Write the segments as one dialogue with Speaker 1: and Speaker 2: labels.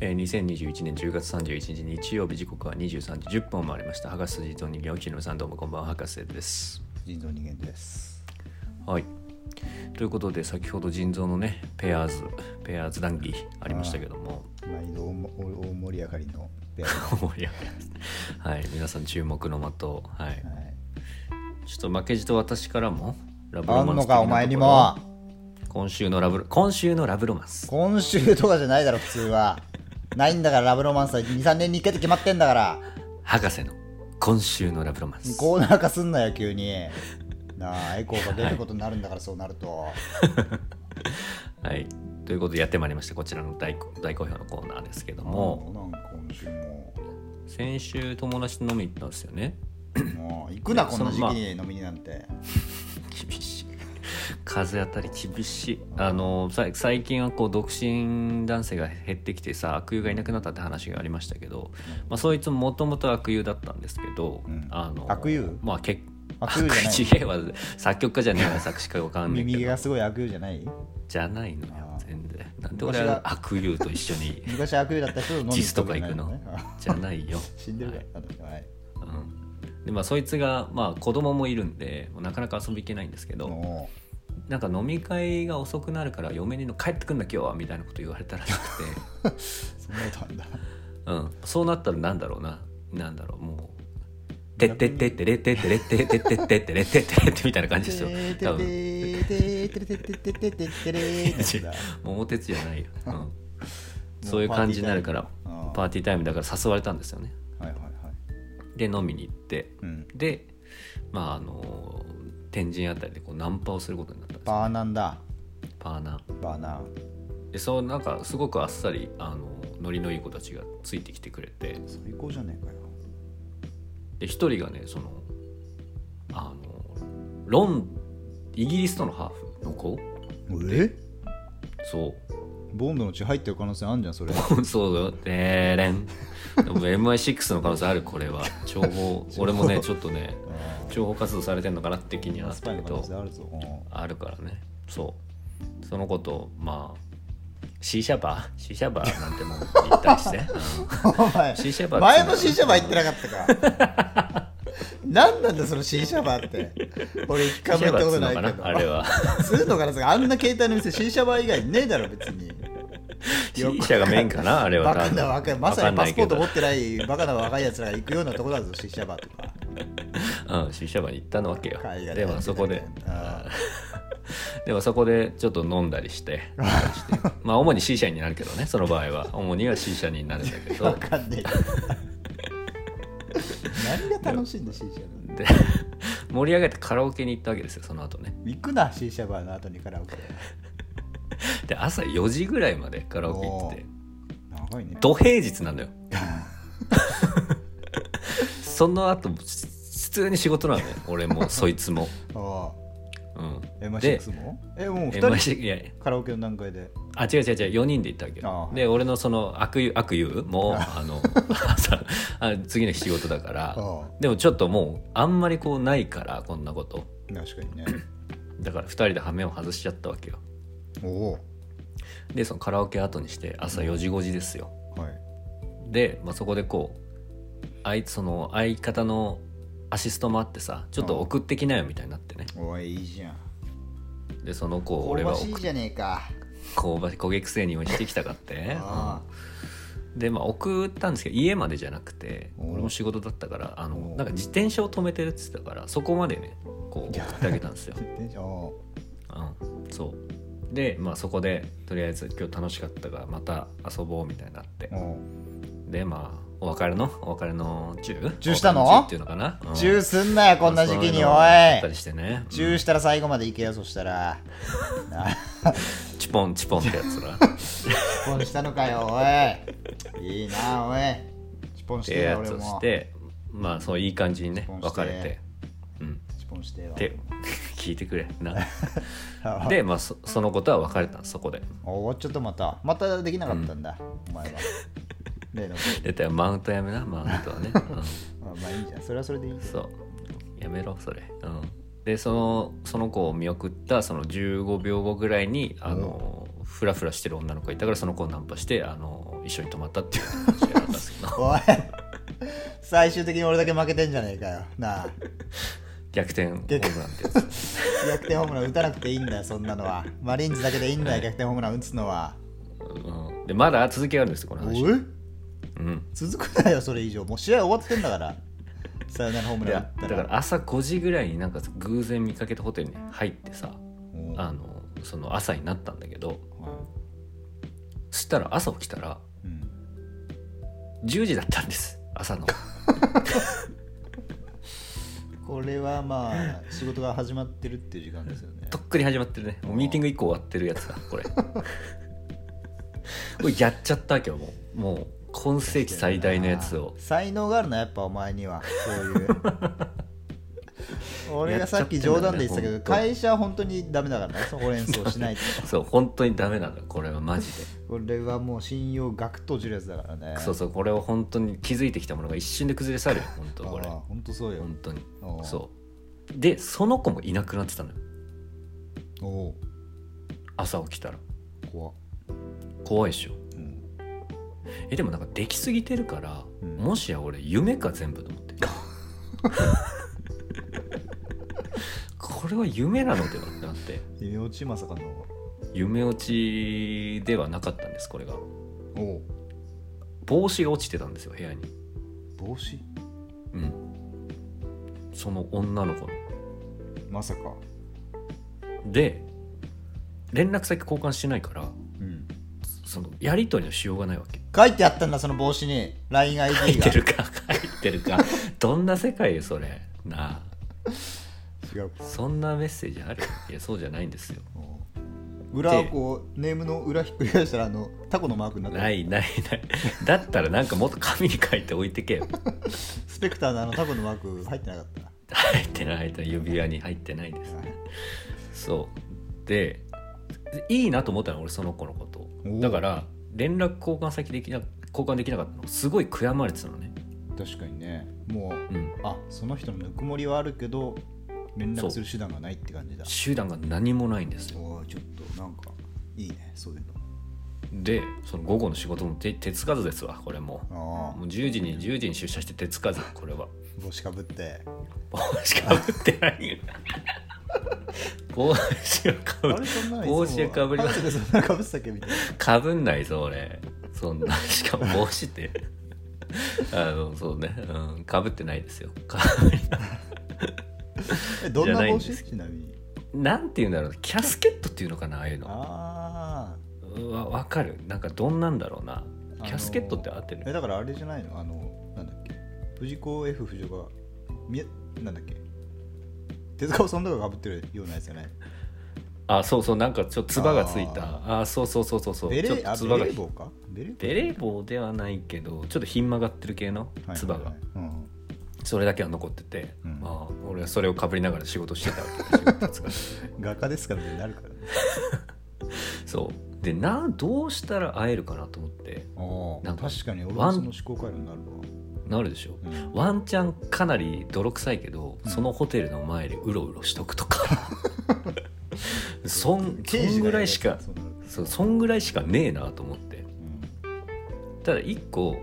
Speaker 1: えー、2021年10月31日日曜日時刻は23時10分を回りました。博士人造人間、内野さんどうもこんばんは、博士です。
Speaker 2: 人造人間です。
Speaker 1: はい。ということで、先ほど腎臓のね、ペアーズ、ペアーズ談義ありましたけども、
Speaker 2: 毎度大も大盛り上がりのペア
Speaker 1: 盛り上がります はい、皆さん注目の的を、はい。
Speaker 2: はい、
Speaker 1: ちょっと負けじと私からも、ラブ
Speaker 2: あ
Speaker 1: ロ
Speaker 2: ん
Speaker 1: マンス的な
Speaker 2: の
Speaker 1: ところ
Speaker 2: かお前にも
Speaker 1: 今週のラブロ、今週のラブロマンス。
Speaker 2: 今週とかじゃないだろ普通はないんだからラブロマンスは23年に1回って決まってんだから
Speaker 1: 博士の今週のラブロマンス。
Speaker 2: コーナー化すんなよ急になあエコーが出ることになるんだから、そうなると
Speaker 1: はい、ということでやってまいりましたこちらの大大好評のコーナーですけども、
Speaker 2: うなんか今週も
Speaker 1: 先週友達と飲み行ったんですよね
Speaker 2: もう行くない
Speaker 1: や
Speaker 2: こんな時
Speaker 1: そのまあ
Speaker 2: 期に飲みになんて、
Speaker 1: 厳しい風当たり厳しいあのさ最近はこう独身男性が減ってきてさ悪友がいなくなったって話がありましたけど、まあ、そいつもともと悪友だったんですけど、
Speaker 2: うん
Speaker 1: あの
Speaker 2: 悪友
Speaker 1: まあ結
Speaker 2: 悪友じゃない
Speaker 1: 違えわ作曲家じゃねえわ作詞家わかんないけ
Speaker 2: 耳
Speaker 1: ど
Speaker 2: がすごい悪友じゃない
Speaker 1: じゃないのよ
Speaker 2: あー
Speaker 1: 全然なんで俺は悪友と一緒 に
Speaker 2: 昔悪友だった人と飲み
Speaker 1: ディスとか
Speaker 2: 行
Speaker 1: 行
Speaker 2: く
Speaker 1: く
Speaker 2: こと
Speaker 1: の
Speaker 2: になるね
Speaker 1: じゃないよ
Speaker 2: 死んでるからなんだはい
Speaker 1: うんでまあ、そいつが、まあ、子供もいるんでもうなかなか遊び行けないんですけど、
Speaker 2: も
Speaker 1: なんか飲み会が遅くなるから嫁にの「帰ってくんだ今日は」みたいなこと言われたらしくて、
Speaker 2: うそんなことあんだ
Speaker 1: うん、そうなったらなんだろうななんだろうもう「てってってってれってってれってってってってってれってってれって」みたいな感じですよ多分桃鉄じゃないよ、うん、そういう感じになるから
Speaker 2: あー
Speaker 1: パーティータイムだから誘われたんですよね
Speaker 2: はいはいはい。
Speaker 1: で飲みに行って
Speaker 2: うん。
Speaker 1: でまああの天神あたりでこうナンパをすることになったんです
Speaker 2: バーナンだ。
Speaker 1: パーナン
Speaker 2: バーナン。
Speaker 1: でそうなんかすごくあっさりあのノリのいい子たちがついてきてくれて
Speaker 2: 最高じゃねえかよ。
Speaker 1: で一人がねそのあのロンイギリスとのハーフの子
Speaker 2: え
Speaker 1: そう
Speaker 2: ボンドの血入ってる可能性あんじゃん、そ れ。
Speaker 1: コンソールレーレンでも MI6 の可能性あるこれは情 報俺もねちょっとね情報活動されてんのかなって気にはなっ
Speaker 2: ス
Speaker 1: た
Speaker 2: パイ
Speaker 1: け
Speaker 2: の
Speaker 1: ど
Speaker 2: 可能性あるぞ。
Speaker 1: あるからねそうその子とまあシーシャバーシーシャバーなんてもん言ったりして
Speaker 2: お前、前もシーシャバー行ってなかったか。何なんだそのシーシャバーって俺一回も行ったことな
Speaker 1: シーシャバーっつうのか
Speaker 2: いけど
Speaker 1: なあれは
Speaker 2: するのかなあんな携帯の店シーシャバー以外ねえだろ別によく
Speaker 1: C 社がメインか なあれは
Speaker 2: バカな若いまさにパスポート持
Speaker 1: 持
Speaker 2: ってないバカな若いやつらが行くようなとこだぞシーシャバーと か
Speaker 1: うん C 社場に行ったのわけよ
Speaker 2: 海外
Speaker 1: でもそこで
Speaker 2: あ
Speaker 1: でもそこでちょっと飲んだり して飲んだりしてまあ主に C 社になるけどねその場合は主には C 社になるんだけ
Speaker 2: わ
Speaker 1: ど
Speaker 2: か んねえ何が楽しいんだ C シャバー
Speaker 1: で盛り上げてカラオケに行ったわけですよその後ね
Speaker 2: 行くな C シャバーの後にカラオケ
Speaker 1: で朝4時ぐらいまでカラオケ行ってて
Speaker 2: 長いね
Speaker 1: 土平日なんだ よその後普通に仕事なのよ俺もそいつも、
Speaker 2: あ
Speaker 1: うん、
Speaker 2: あ MI6 もえもう2
Speaker 1: MIC
Speaker 2: 人
Speaker 1: いや
Speaker 2: カラオケの段階で
Speaker 1: あ違う違う違う4人で行ったわけ
Speaker 2: あ
Speaker 1: よ
Speaker 2: あ
Speaker 1: で俺のその悪友悪友もあの 朝あ次の日仕事だから
Speaker 2: あ
Speaker 1: でもちょっともうあんまりこうないからこんなこと
Speaker 2: あ確かにね
Speaker 1: だから2人で羽目を外しちゃったわけよ
Speaker 2: おお
Speaker 1: でそのカラオケ後にして朝4時5時ですよ
Speaker 2: はい
Speaker 1: で、まあ、そこでこうあいその相方のアシストもあってさちょっと送ってきなよみたいになってね
Speaker 2: おいいいじゃん
Speaker 1: でその子を
Speaker 2: 香
Speaker 1: 俺
Speaker 2: ば
Speaker 1: は
Speaker 2: しいじゃねえか
Speaker 1: 香ばし焦げくせえ匂いしてきたかって
Speaker 2: あ
Speaker 1: でまあ送ったんですけど家までじゃなくて
Speaker 2: おう
Speaker 1: 俺も仕事だったからあ
Speaker 2: お
Speaker 1: の
Speaker 2: う
Speaker 1: なんか自転車を止めてるって言ってたからそこまでねこう送ってあげたんですよ
Speaker 2: あ、テンションおう
Speaker 1: うん、そうでまあそこでとりあえず今日楽しかったからまた遊ぼうみたいになって
Speaker 2: お
Speaker 1: でまあお別れのお別れのチュー
Speaker 2: チューしたの
Speaker 1: お別れチューっていうのかな、うん
Speaker 2: うチューすんなよこんな時期にお
Speaker 1: まあそううのがあった
Speaker 2: い
Speaker 1: りしてね
Speaker 2: チューしたら最後まで行けよそしたらな
Speaker 1: うんチポンチポンってやつ ら
Speaker 2: チポンしたのかよおいいいなおいチポンし
Speaker 1: で
Speaker 2: てよ
Speaker 1: や
Speaker 2: 俺
Speaker 1: つをし
Speaker 2: も
Speaker 1: てまあそういい感じにね
Speaker 2: チポンして
Speaker 1: 別れてうん
Speaker 2: チポンしてよ
Speaker 1: で聞いて くれな
Speaker 2: あ
Speaker 1: でまあそそのことは別れたんですそこで
Speaker 2: あ終わっちゃったまたまたできなかったんだ、お前は例のこ
Speaker 1: 出たよマウントやめなマウント はね、
Speaker 2: とまあまあいいじゃんそれはそれでいい
Speaker 1: うん、そうやめろそれうんでそのその子を見送ったその15秒後ぐらいにあのフラフラしてる女の子がいたからその子をナンパしてあの一緒に泊まった っていう話があったんですけど
Speaker 2: おい最終的に俺だけ負けてんじゃねえかよなあ
Speaker 1: 逆転ホームランってやつ
Speaker 2: 逆転ホームラン打たなくていいんだよそんなのはマリーンズだけでいいんだよ逆転ホームラン打つのは
Speaker 1: うんでまだ続きがあるんですよこの
Speaker 2: お
Speaker 1: 話、
Speaker 2: い
Speaker 1: うん、
Speaker 2: 続くなよそれ以上もう試合終わってんだからさよならホーム
Speaker 1: で
Speaker 2: ラン
Speaker 1: だ
Speaker 2: 打
Speaker 1: か
Speaker 2: ったら
Speaker 1: ら朝5時ぐらいになんか偶然見かけたホテルに入ってさ
Speaker 2: うん
Speaker 1: あのその朝になったんだけどそしたら朝起きたら
Speaker 2: うん
Speaker 1: 10時だったんです朝 の
Speaker 2: これはまあ仕事が始まってるっていう時間ですよね
Speaker 1: とっくに始まってるねもうミーティング1個終わってるやつだ これこれやっちゃったわけよもうもう今世紀最大のやつを
Speaker 2: 才能があるなやっぱお前にはそういう 俺がさっき
Speaker 1: やっちゃってんだね
Speaker 2: 冗談で言ってたけど
Speaker 1: 本当
Speaker 2: 会社は本当にダメだからねそこ連想 しないと
Speaker 1: そう本当にダメなんだこれはマジで
Speaker 2: これはもう信用ガクッと落ちるやつだからね
Speaker 1: そうそうこれを本当に気づいてきたものが一瞬で崩れ去るよ本当これ
Speaker 2: ああ本当そうよ
Speaker 1: 本当に
Speaker 2: おう
Speaker 1: そうでその子もいなくなってたのよ
Speaker 2: おお
Speaker 1: 朝起きたら
Speaker 2: う怖っ
Speaker 1: 怖いでしょ
Speaker 2: うん
Speaker 1: えでもなんかできすぎてるから、
Speaker 2: うん
Speaker 1: もしや俺夢か全部と思ってこれは夢なのではってなって
Speaker 2: 夢落ちまさかの
Speaker 1: 夢落ちではなかったんですこれが
Speaker 2: おお
Speaker 1: 帽子が落ちてたんですよ部屋に
Speaker 2: 帽子
Speaker 1: うんその女の子の
Speaker 2: まさか
Speaker 1: で連絡先交換してないから
Speaker 2: うん
Speaker 1: そのやり取りのしようがないわけ
Speaker 2: 書いてあったんだその帽子に LINEID が
Speaker 1: 書いてるか書いてるかどんな世界よそれな
Speaker 2: 違う
Speaker 1: あそんなメッセージあるいやそうじゃないんですよ
Speaker 2: 裏をこうネームの裏ひっくり返したらあのタコのマークになってる
Speaker 1: ないないない だったらなんかもっと紙に書いて置いてけよ
Speaker 2: スペクターのあのタコのマーク入ってなかったな
Speaker 1: 入ってない入ってない指輪に入ってないですそうででいいなと思ったの俺その子のことを
Speaker 2: おう
Speaker 1: だから連絡交換先できな交換できなかったのすごい悔やまれてたのね
Speaker 2: 確かにねもう、
Speaker 1: うん
Speaker 2: あその人のぬくもりはあるけど連
Speaker 1: そ
Speaker 2: 絡
Speaker 1: う
Speaker 2: する手段がないって感じだ
Speaker 1: 手段が何もないんですよ
Speaker 2: おーちょっとなんかいいねそういう
Speaker 1: でその午後の仕事も手手つかずですわこれも
Speaker 2: のあ
Speaker 1: もう10時に10時に出社して手つかずこれは
Speaker 2: あ帽子かぶって
Speaker 1: 帽子かぶってないよ帽子をか
Speaker 2: あ
Speaker 1: ぶ
Speaker 2: れそんなのいつも
Speaker 1: 帽子をかぶりま
Speaker 2: パンツでそんなのかぶってたっけみたいな
Speaker 1: かぶんないぞ俺そんな しかも帽子って あのそうね、うん、かぶってないですよ か
Speaker 2: えどん
Speaker 1: じゃ
Speaker 2: な
Speaker 1: ないん
Speaker 2: 帽
Speaker 1: で
Speaker 2: 子
Speaker 1: す
Speaker 2: ちなみに
Speaker 1: なんていうんだろうキャスケットっていうのかなああいうの
Speaker 2: ああ
Speaker 1: うわわかるなんかどんなんだろうな
Speaker 2: あのー
Speaker 1: キャスケットって合って
Speaker 2: え
Speaker 1: る
Speaker 2: だからあれじゃないのあのなんだっけ藤子 F 不二雄がみなんだっけ手塚治虫とかがぶってるようなやつじゃない
Speaker 1: あそうそうなんかちょっとつばがついた
Speaker 2: あ
Speaker 1: あそうそうそうそうそうち
Speaker 2: ベレ
Speaker 1: ょっ
Speaker 2: ー
Speaker 1: と
Speaker 2: あ
Speaker 1: つ
Speaker 2: ベ
Speaker 1: ば
Speaker 2: レ
Speaker 1: が
Speaker 2: ー帽かベレー
Speaker 1: ベレー帽ではないけどちょっとひん曲がってる系の
Speaker 2: はい
Speaker 1: つばが、
Speaker 2: はいはいうん
Speaker 1: それだけは残ってて、
Speaker 2: うん
Speaker 1: まあ俺はそれをかぶりながら仕事してたわけ仕事つ かず
Speaker 2: 画家ですからねなるからね
Speaker 1: そうでなどうしたら会えるかなと思って
Speaker 2: あ
Speaker 1: なんか
Speaker 2: 確かに俺
Speaker 1: ワ
Speaker 2: も
Speaker 1: ン
Speaker 2: その思考回路になるわ、
Speaker 1: なるでしょ
Speaker 2: うん
Speaker 1: ワンチャンかなり泥臭いけど、
Speaker 2: うん
Speaker 1: そのホテルの前でうろうろしとくと かそんそ
Speaker 2: 刑事がや
Speaker 1: んぐ
Speaker 2: るやつ
Speaker 1: らいしか
Speaker 2: そうなる
Speaker 1: そうそんぐらいしかねえなと思って
Speaker 2: うん
Speaker 1: ただ一個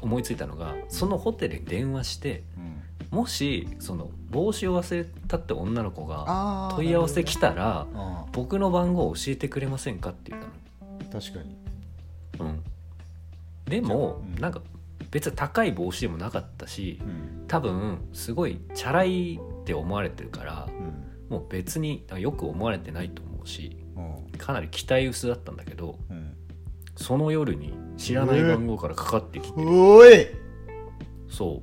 Speaker 1: 思いついたのがそのホテルに電話して
Speaker 2: うん
Speaker 1: もしその帽子を忘れたって女の子が
Speaker 2: あー
Speaker 1: 問い合わせ来たら
Speaker 2: なるほどねあ
Speaker 1: 僕の番号を教えてくれませんかって言ったの
Speaker 2: ー確かに
Speaker 1: うん、でも、
Speaker 2: うん
Speaker 1: なんか別に高い帽子でもなかったし
Speaker 2: うん
Speaker 1: 多分すごいチャラいって思われてるから
Speaker 2: うん
Speaker 1: もう別によく思われてないと思うし
Speaker 2: うん
Speaker 1: かなり期待薄だったんだけど
Speaker 2: うん
Speaker 1: その夜に知らない番号からかかってきて、
Speaker 2: おい
Speaker 1: そ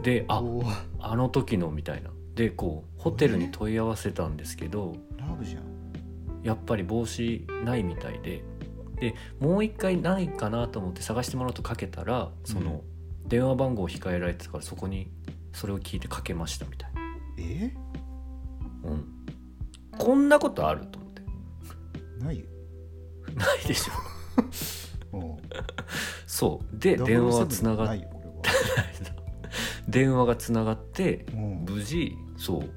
Speaker 1: うであ
Speaker 2: おー
Speaker 1: あの時のみたいなでこうホテルに問い合わせたんですけど
Speaker 2: ラブじゃん
Speaker 1: やっぱり帽子ないみたいででもう一回ないかなと思って探してもらおうとかけたらその電話番号を控えられてたからそこにそれを聞いてかけましたみたいな、
Speaker 2: え
Speaker 1: うん、こんなことあると思って
Speaker 2: ないよ
Speaker 1: ないでしょ
Speaker 2: うん
Speaker 1: そうで
Speaker 2: 007
Speaker 1: 電話はつながっ
Speaker 2: ないよ俺は
Speaker 1: 電話がつながって
Speaker 2: うん
Speaker 1: 無事そう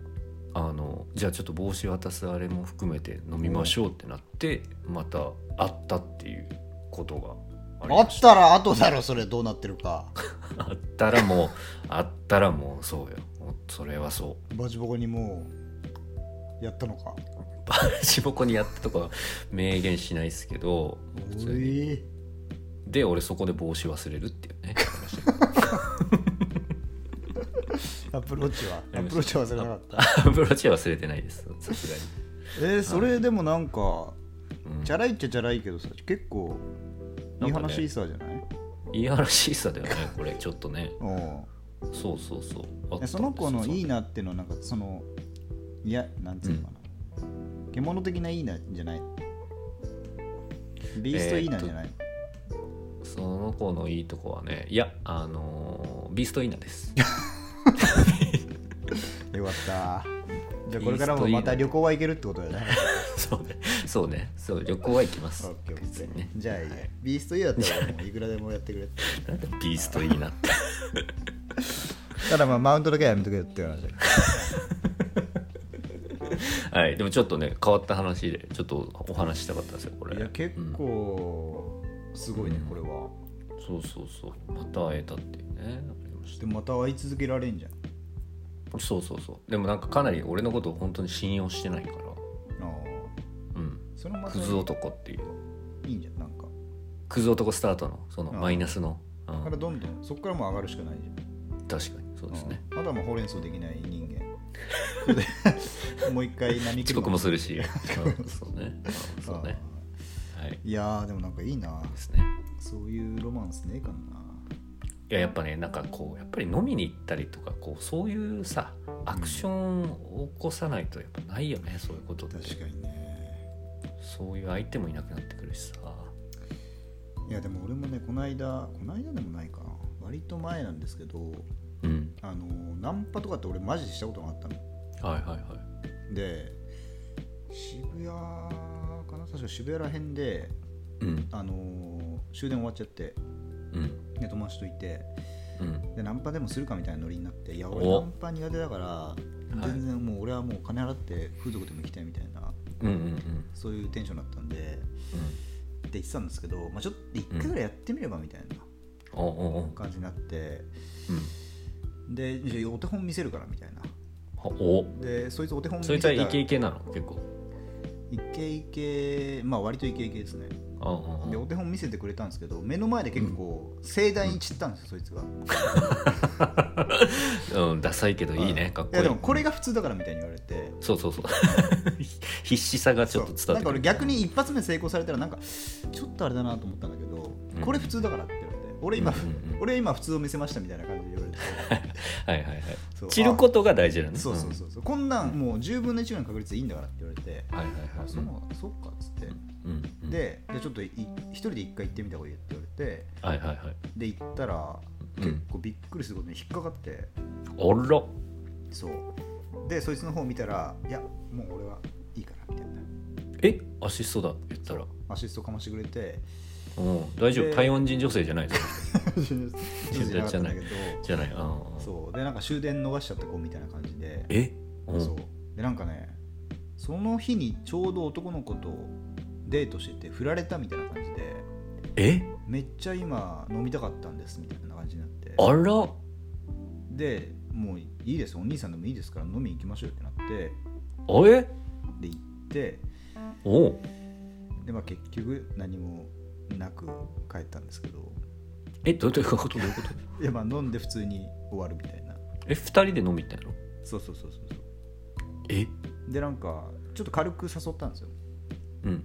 Speaker 1: あのじゃあちょっと帽子渡すあれも含めて飲みましょうってなってまた会ったっていうことあり
Speaker 2: あ
Speaker 1: ま
Speaker 2: っ
Speaker 1: した
Speaker 2: ら後だろそれどうなってるか
Speaker 1: たあったらもうあったらもうそうよもうそれはそう
Speaker 2: バチボコにもうやったのか
Speaker 1: バチボコにやったとかは明言しないですけど普通
Speaker 2: お
Speaker 1: に
Speaker 2: い
Speaker 1: で俺そこで帽子忘れるっていうね
Speaker 2: アプローチは
Speaker 1: や
Speaker 2: ア
Speaker 1: りま
Speaker 2: プロー
Speaker 1: し
Speaker 2: チは忘れなかった
Speaker 1: アプローチは忘れてないですさすがに
Speaker 2: えー、それでもなんか
Speaker 1: うん
Speaker 2: チャラいっちゃチャラいけどさ結構いい
Speaker 1: なんかね
Speaker 2: 話いいさじゃない、
Speaker 1: いい話さだよねこれちょっとね
Speaker 2: おう
Speaker 1: そうそうそうあったん
Speaker 2: え
Speaker 1: です
Speaker 2: その子のいい
Speaker 1: よ
Speaker 2: なってのはなんかそのいやなんつうのかな、獣的ないいなじゃないビーストいいなじゃない、
Speaker 1: その子のいいとこはねいやあのービーストイーナです
Speaker 2: よかったじゃあこれからもまた旅行は行けるってことだよね
Speaker 1: そうねそうねそう旅行は行きま
Speaker 2: オ
Speaker 1: す
Speaker 2: ッケーオッケ
Speaker 1: 別
Speaker 2: ー
Speaker 1: にね
Speaker 2: じゃあいいやビーストいいだったらもういくらでもやってくれって
Speaker 1: なんでビーストイーナって
Speaker 2: ただまあマウントだけはやめとけよっていう話だけど
Speaker 1: はいでもちょっとね変わった話でちょっとお話ししたかったんですよこれ
Speaker 2: いや結構すごいねこれは、
Speaker 1: うんそうそうそうまた会えたっていうねありまし
Speaker 2: でもまた会い続けられんじゃん
Speaker 1: たそうそうそうでもなんかかなり俺のことを本当に信用してないから
Speaker 2: あ
Speaker 1: うん
Speaker 2: そのま
Speaker 1: ク
Speaker 2: た
Speaker 1: ズ男っていう
Speaker 2: いいんじゃんなんか
Speaker 1: クズ男スタートのその
Speaker 2: うん
Speaker 1: マイナスの、う
Speaker 2: だから
Speaker 1: ん、
Speaker 2: どんどんそこからもう上がるしかないじゃん
Speaker 1: 確かにそうですね、
Speaker 2: うんまだもうほうれん草できない人 間もう一回何
Speaker 1: 遅刻もするし、うんそうね、うんそうねはい
Speaker 2: いやーでもなんかいいな
Speaker 1: ですね
Speaker 2: そういうロマンスねえかない
Speaker 1: ややっぱねなんかこうやっぱり飲みに行ったりとかこうそういうさアクションを起こさないとやっぱないよねそういうことって
Speaker 2: 確かにね
Speaker 1: そういう相手もいなくなってくるしさ
Speaker 2: いやでも俺もねこの間この間でもないかな割と前なんですけど
Speaker 1: うん
Speaker 2: あのーナンパとかって俺マジでしたことなかったの
Speaker 1: はいはいはい
Speaker 2: で渋谷かな確か渋谷らへんで
Speaker 1: うん
Speaker 2: あのー終電終わっちゃって
Speaker 1: うん
Speaker 2: で友達といて
Speaker 1: うん
Speaker 2: でナンパでもするかみたいなノリになっていや俺ナ
Speaker 1: お
Speaker 2: ンパ苦手だから
Speaker 1: はい
Speaker 2: 全然もう俺はもう金払って風俗でも行きたいみたいな
Speaker 1: うんうんうん
Speaker 2: そういうテンションだったんでって言ってたんですけど、まあ、ちょっと1回ぐらいやってみればみたいな
Speaker 1: おおおうん
Speaker 2: 感じになってでじゃあお手本見せるからみたいな
Speaker 1: はお
Speaker 2: でそいつお手本見
Speaker 1: そ
Speaker 2: せ
Speaker 1: いつ
Speaker 2: た
Speaker 1: はイケイケなの結構
Speaker 2: イケイケまあ割とイケイケですね
Speaker 1: ああ
Speaker 2: でお手本見せてくれたんですけど目の前で結構盛大に散ったんですよそいつが
Speaker 1: あうんダサいけどいいねかっこいい
Speaker 2: やでもこれが普通だからみたいに言われて
Speaker 1: そう そうそう必死さがちょっと伝わって
Speaker 2: なんか
Speaker 1: く
Speaker 2: 俺
Speaker 1: る
Speaker 2: 逆に一発目成功されたらなんかちょっとあれだなと思ったんだけど、
Speaker 1: うん
Speaker 2: これ普通だからって言われて俺今、
Speaker 1: うんうんうん
Speaker 2: 俺今普通を見せましたみたいな感じで言われ て
Speaker 1: はいはいはい
Speaker 2: そう
Speaker 1: 散ることが大事なのね
Speaker 2: そうそうそうそうこんなんもう10分の1ぐらいの確率でいいんだからって言われて、
Speaker 1: うんはいはいは
Speaker 2: あ
Speaker 1: い
Speaker 2: そうそっかっつって、
Speaker 1: うんうん
Speaker 2: でじゃあちょっとい一人で一回行ってみた方がいいよって言われて
Speaker 1: はいはいはい
Speaker 2: で行ったら
Speaker 1: うん
Speaker 2: 結構びっくりすることに引っかかって、
Speaker 1: おら
Speaker 2: そうでそいつの方見たらいやもう俺はいいからみたいな
Speaker 1: えアシストだ言ったら
Speaker 2: アシストかましてくれ て
Speaker 1: うん大丈
Speaker 2: で
Speaker 1: 夫台湾人女性じゃないです
Speaker 2: じゃなかったんだけど
Speaker 1: じゃないああ
Speaker 2: そうでなんか終電逃しちゃった子みたいな感じで
Speaker 1: えうん
Speaker 2: そうでなんかねその日にちょうど男の子とデートしてて振られたみたいな感じで
Speaker 1: え
Speaker 2: めっちゃ今飲みたかったんですみたいな感じになって
Speaker 1: あら
Speaker 2: でもういいですお兄さんでもいいですから飲み行きましょうってなって
Speaker 1: あえ
Speaker 2: で行って
Speaker 1: おう
Speaker 2: で、まあ、結局何もなく帰ったんですけど
Speaker 1: えどういうことどういうこと
Speaker 2: いやまあ飲んで普通に終わるみたいな
Speaker 1: え二人で飲み行ったんやろ
Speaker 2: そうそうそうそうそ
Speaker 1: え
Speaker 2: うでなんかちょっと軽く誘ったんですよ
Speaker 1: うん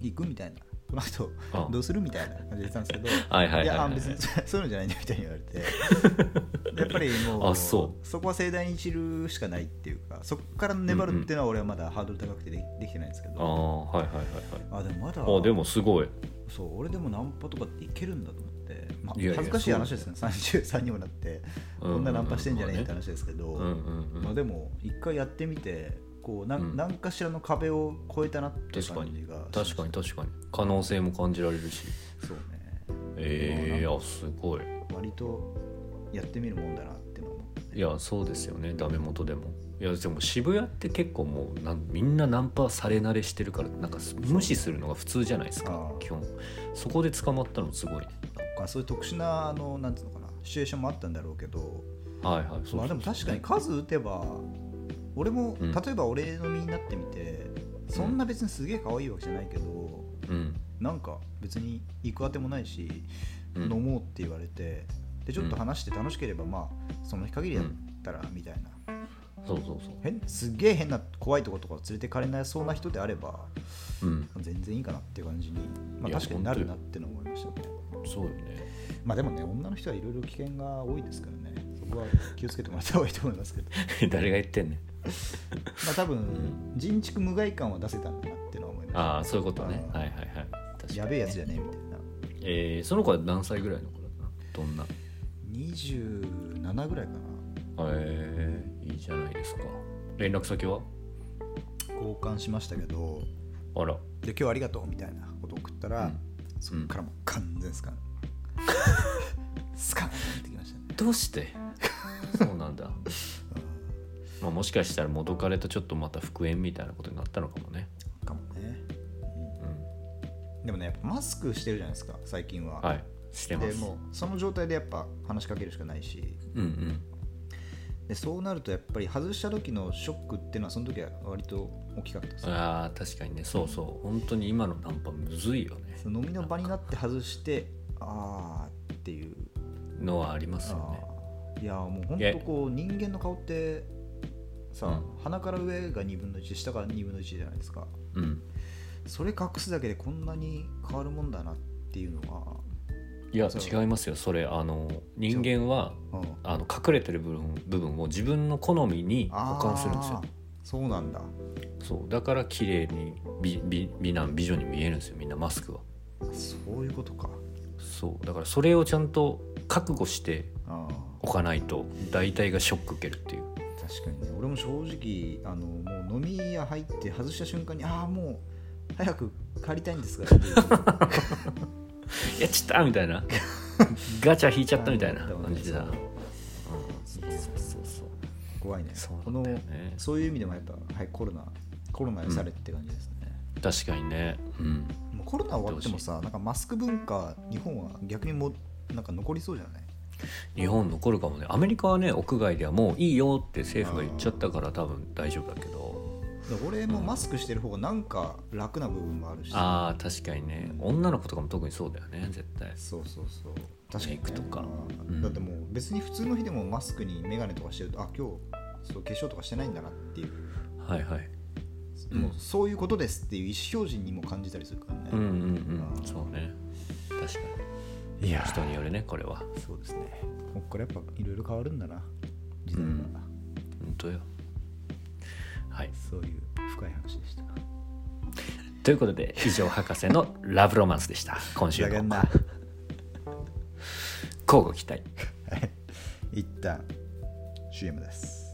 Speaker 2: 行くみたいなこの後
Speaker 1: あ
Speaker 2: どうするみたいな感じで言ってたんですけど
Speaker 1: はいはいはいはい
Speaker 2: いやあ別にそそういうのじゃないねみたいに言われてやっ ぱりもう
Speaker 1: あそ
Speaker 2: こは盛大に散るしかないっていうかそこから粘るっていうのは俺はまだハードル高くてでできてないんですけ
Speaker 1: あ
Speaker 2: ど、
Speaker 1: あはいはいはい
Speaker 2: あでもまだ
Speaker 1: はいあでもすごい
Speaker 2: そう俺でもナンパとかっていけるんだと思って、まあ
Speaker 1: いやいや
Speaker 2: 恥ずかしい話ですね33にもなって
Speaker 1: うん
Speaker 2: こんなナンパしてんじゃねえって話ですけど、
Speaker 1: うんうんうん
Speaker 2: まあ、でも一回やってみてこうなん、
Speaker 1: うん
Speaker 2: 何かしらの壁を越えたなって
Speaker 1: 確か
Speaker 2: 感
Speaker 1: に
Speaker 2: じが
Speaker 1: 確かに確かに可能性も感じられるし
Speaker 2: そうね
Speaker 1: えー、あすごい
Speaker 2: 割とやってみるもんだなってのは思って
Speaker 1: いやそうですよねダメ元でもいやでも渋谷って結構もうなんみんなナンパされ慣れしてるからなんか無視するのが普通じゃないですか
Speaker 2: ああ
Speaker 1: 基本そこで捕まったのすごいね
Speaker 2: かそういう特殊なあのなんつうのかなシチュエーションもあったんだろうけど
Speaker 1: はいはいそうそう
Speaker 2: まあでも確かに数打てば俺も、
Speaker 1: うん
Speaker 2: 例えば俺の身になってみてそんな別にすげえ可愛いわけじゃないけど、
Speaker 1: うん
Speaker 2: なんか別に行くあてもないし、
Speaker 1: うん
Speaker 2: 飲もうって言われてでちょっと話して楽しければまあその日限りだったらみたいな、
Speaker 1: そうそうそ
Speaker 2: 変すっげえ変な怖いとことか連れてかれなそうな人であれば
Speaker 1: ううん
Speaker 2: 全然いいかなっていう感じに、ま
Speaker 1: い
Speaker 2: あ、
Speaker 1: や
Speaker 2: 確かになるなっての思いましたね
Speaker 1: そうよね
Speaker 2: まあでもね女の人はいろいろ危険が多いですからねそこは気をつけてもらった方がいいと思います けど
Speaker 1: 誰が言ってんねん
Speaker 2: まあ多分人畜無害感は出せたんだなってのは思いました
Speaker 1: ああそういうことね
Speaker 2: あー
Speaker 1: はいはいはい確かにね
Speaker 2: やべえやつじゃねえみたいな
Speaker 1: えーその子は何歳ぐらいの子だったどんな
Speaker 2: 27ぐらいかな
Speaker 1: えー、いいじゃないですか連絡先は
Speaker 2: 交換しましたけど
Speaker 1: あら
Speaker 2: で今日ありがとうみたいなことを送ったら、
Speaker 1: うん
Speaker 2: そっからもう完全ス カン、スカンってなってきましたね
Speaker 1: どうして そうなんだ、まあ、もしかしたら元彼とちょっとまた復縁みたいなことになったのかもね
Speaker 2: かもね、
Speaker 1: うん
Speaker 2: でもねやっぱマスクしてるじゃないですか最近は、
Speaker 1: はいしてま
Speaker 2: ですもうその状態でやっぱ話しかけるしかないし
Speaker 1: うんうん
Speaker 2: でそうなるとやっぱり外した時のショックっていうのはその時は割と大きかったですね
Speaker 1: あー確かにねそうそう本当に今のナンパむずいよね
Speaker 2: その飲みの場になって外してあーっていう
Speaker 1: のはありますよ
Speaker 2: あ
Speaker 1: ね
Speaker 2: ーいやもう本当こう人間の顔ってさ、
Speaker 1: う
Speaker 2: 鼻から上が2分の1下が2分の1じゃないですか
Speaker 1: うん
Speaker 2: それ隠すだけでこんなに変わるもんだなっていうの
Speaker 1: いや
Speaker 2: そう
Speaker 1: 違いますよそれあの人間は
Speaker 2: が、うん、
Speaker 1: あの隠れてる部分部分を自分の好みに保管するんですよ
Speaker 2: あーそうなんだ
Speaker 1: そうだから綺麗に美美美男美女に見えるんですよみんなマスクは
Speaker 2: そういうことか
Speaker 1: そうだからそれをちゃんと覚悟して
Speaker 2: あ
Speaker 1: おかないと大体がショック受けるっていう
Speaker 2: ー確かにね俺も正直あのもう飲み屋入って外した瞬間にああもう早く帰りたいんですがっ ていう
Speaker 1: 「やっちゃった!」みたいな ガチャ引いちゃったみたいな感じでさ、うん、そうそうそう
Speaker 2: 怖いね
Speaker 1: そう
Speaker 2: こ
Speaker 1: なん
Speaker 2: の
Speaker 1: だよね
Speaker 2: そういう意味でもやっぱ、はい、コロナコロナにされって感じですね、
Speaker 1: 確かにねうん
Speaker 2: もうコロナ終わってもさなんかマスク文化日本は逆にもうなんか残りそうじゃない
Speaker 1: 日本残るかもねアメリカはね屋外ではもういいよって政府が言っちゃったから多分大丈夫だけど
Speaker 2: だから俺もマスクしてる方がなんか楽な部分もあるし
Speaker 1: あー確かにね女の子とかも特にそうだよね絶対
Speaker 2: そうそうそう確かに、
Speaker 1: メイクとか
Speaker 2: うん
Speaker 1: うん
Speaker 2: だってもう別に普通の日でもマスクに眼鏡とかしてるとあ今日そう化粧とかしてないんだなっていう、
Speaker 1: はいはいうん
Speaker 2: もうそういうことですっていう意思表示にも感じたりするからね、
Speaker 1: うんうんうんそうね確かにいや人によるねこれは
Speaker 2: そうですねこっからやっぱいろいろ変わるんだな時代が、
Speaker 1: 本当よはい
Speaker 2: そういう深い話でした
Speaker 1: ということで以上博士のラブロマンスでした今週
Speaker 2: ふざけん
Speaker 1: も
Speaker 2: な
Speaker 1: 交互期待
Speaker 2: 一旦 CM です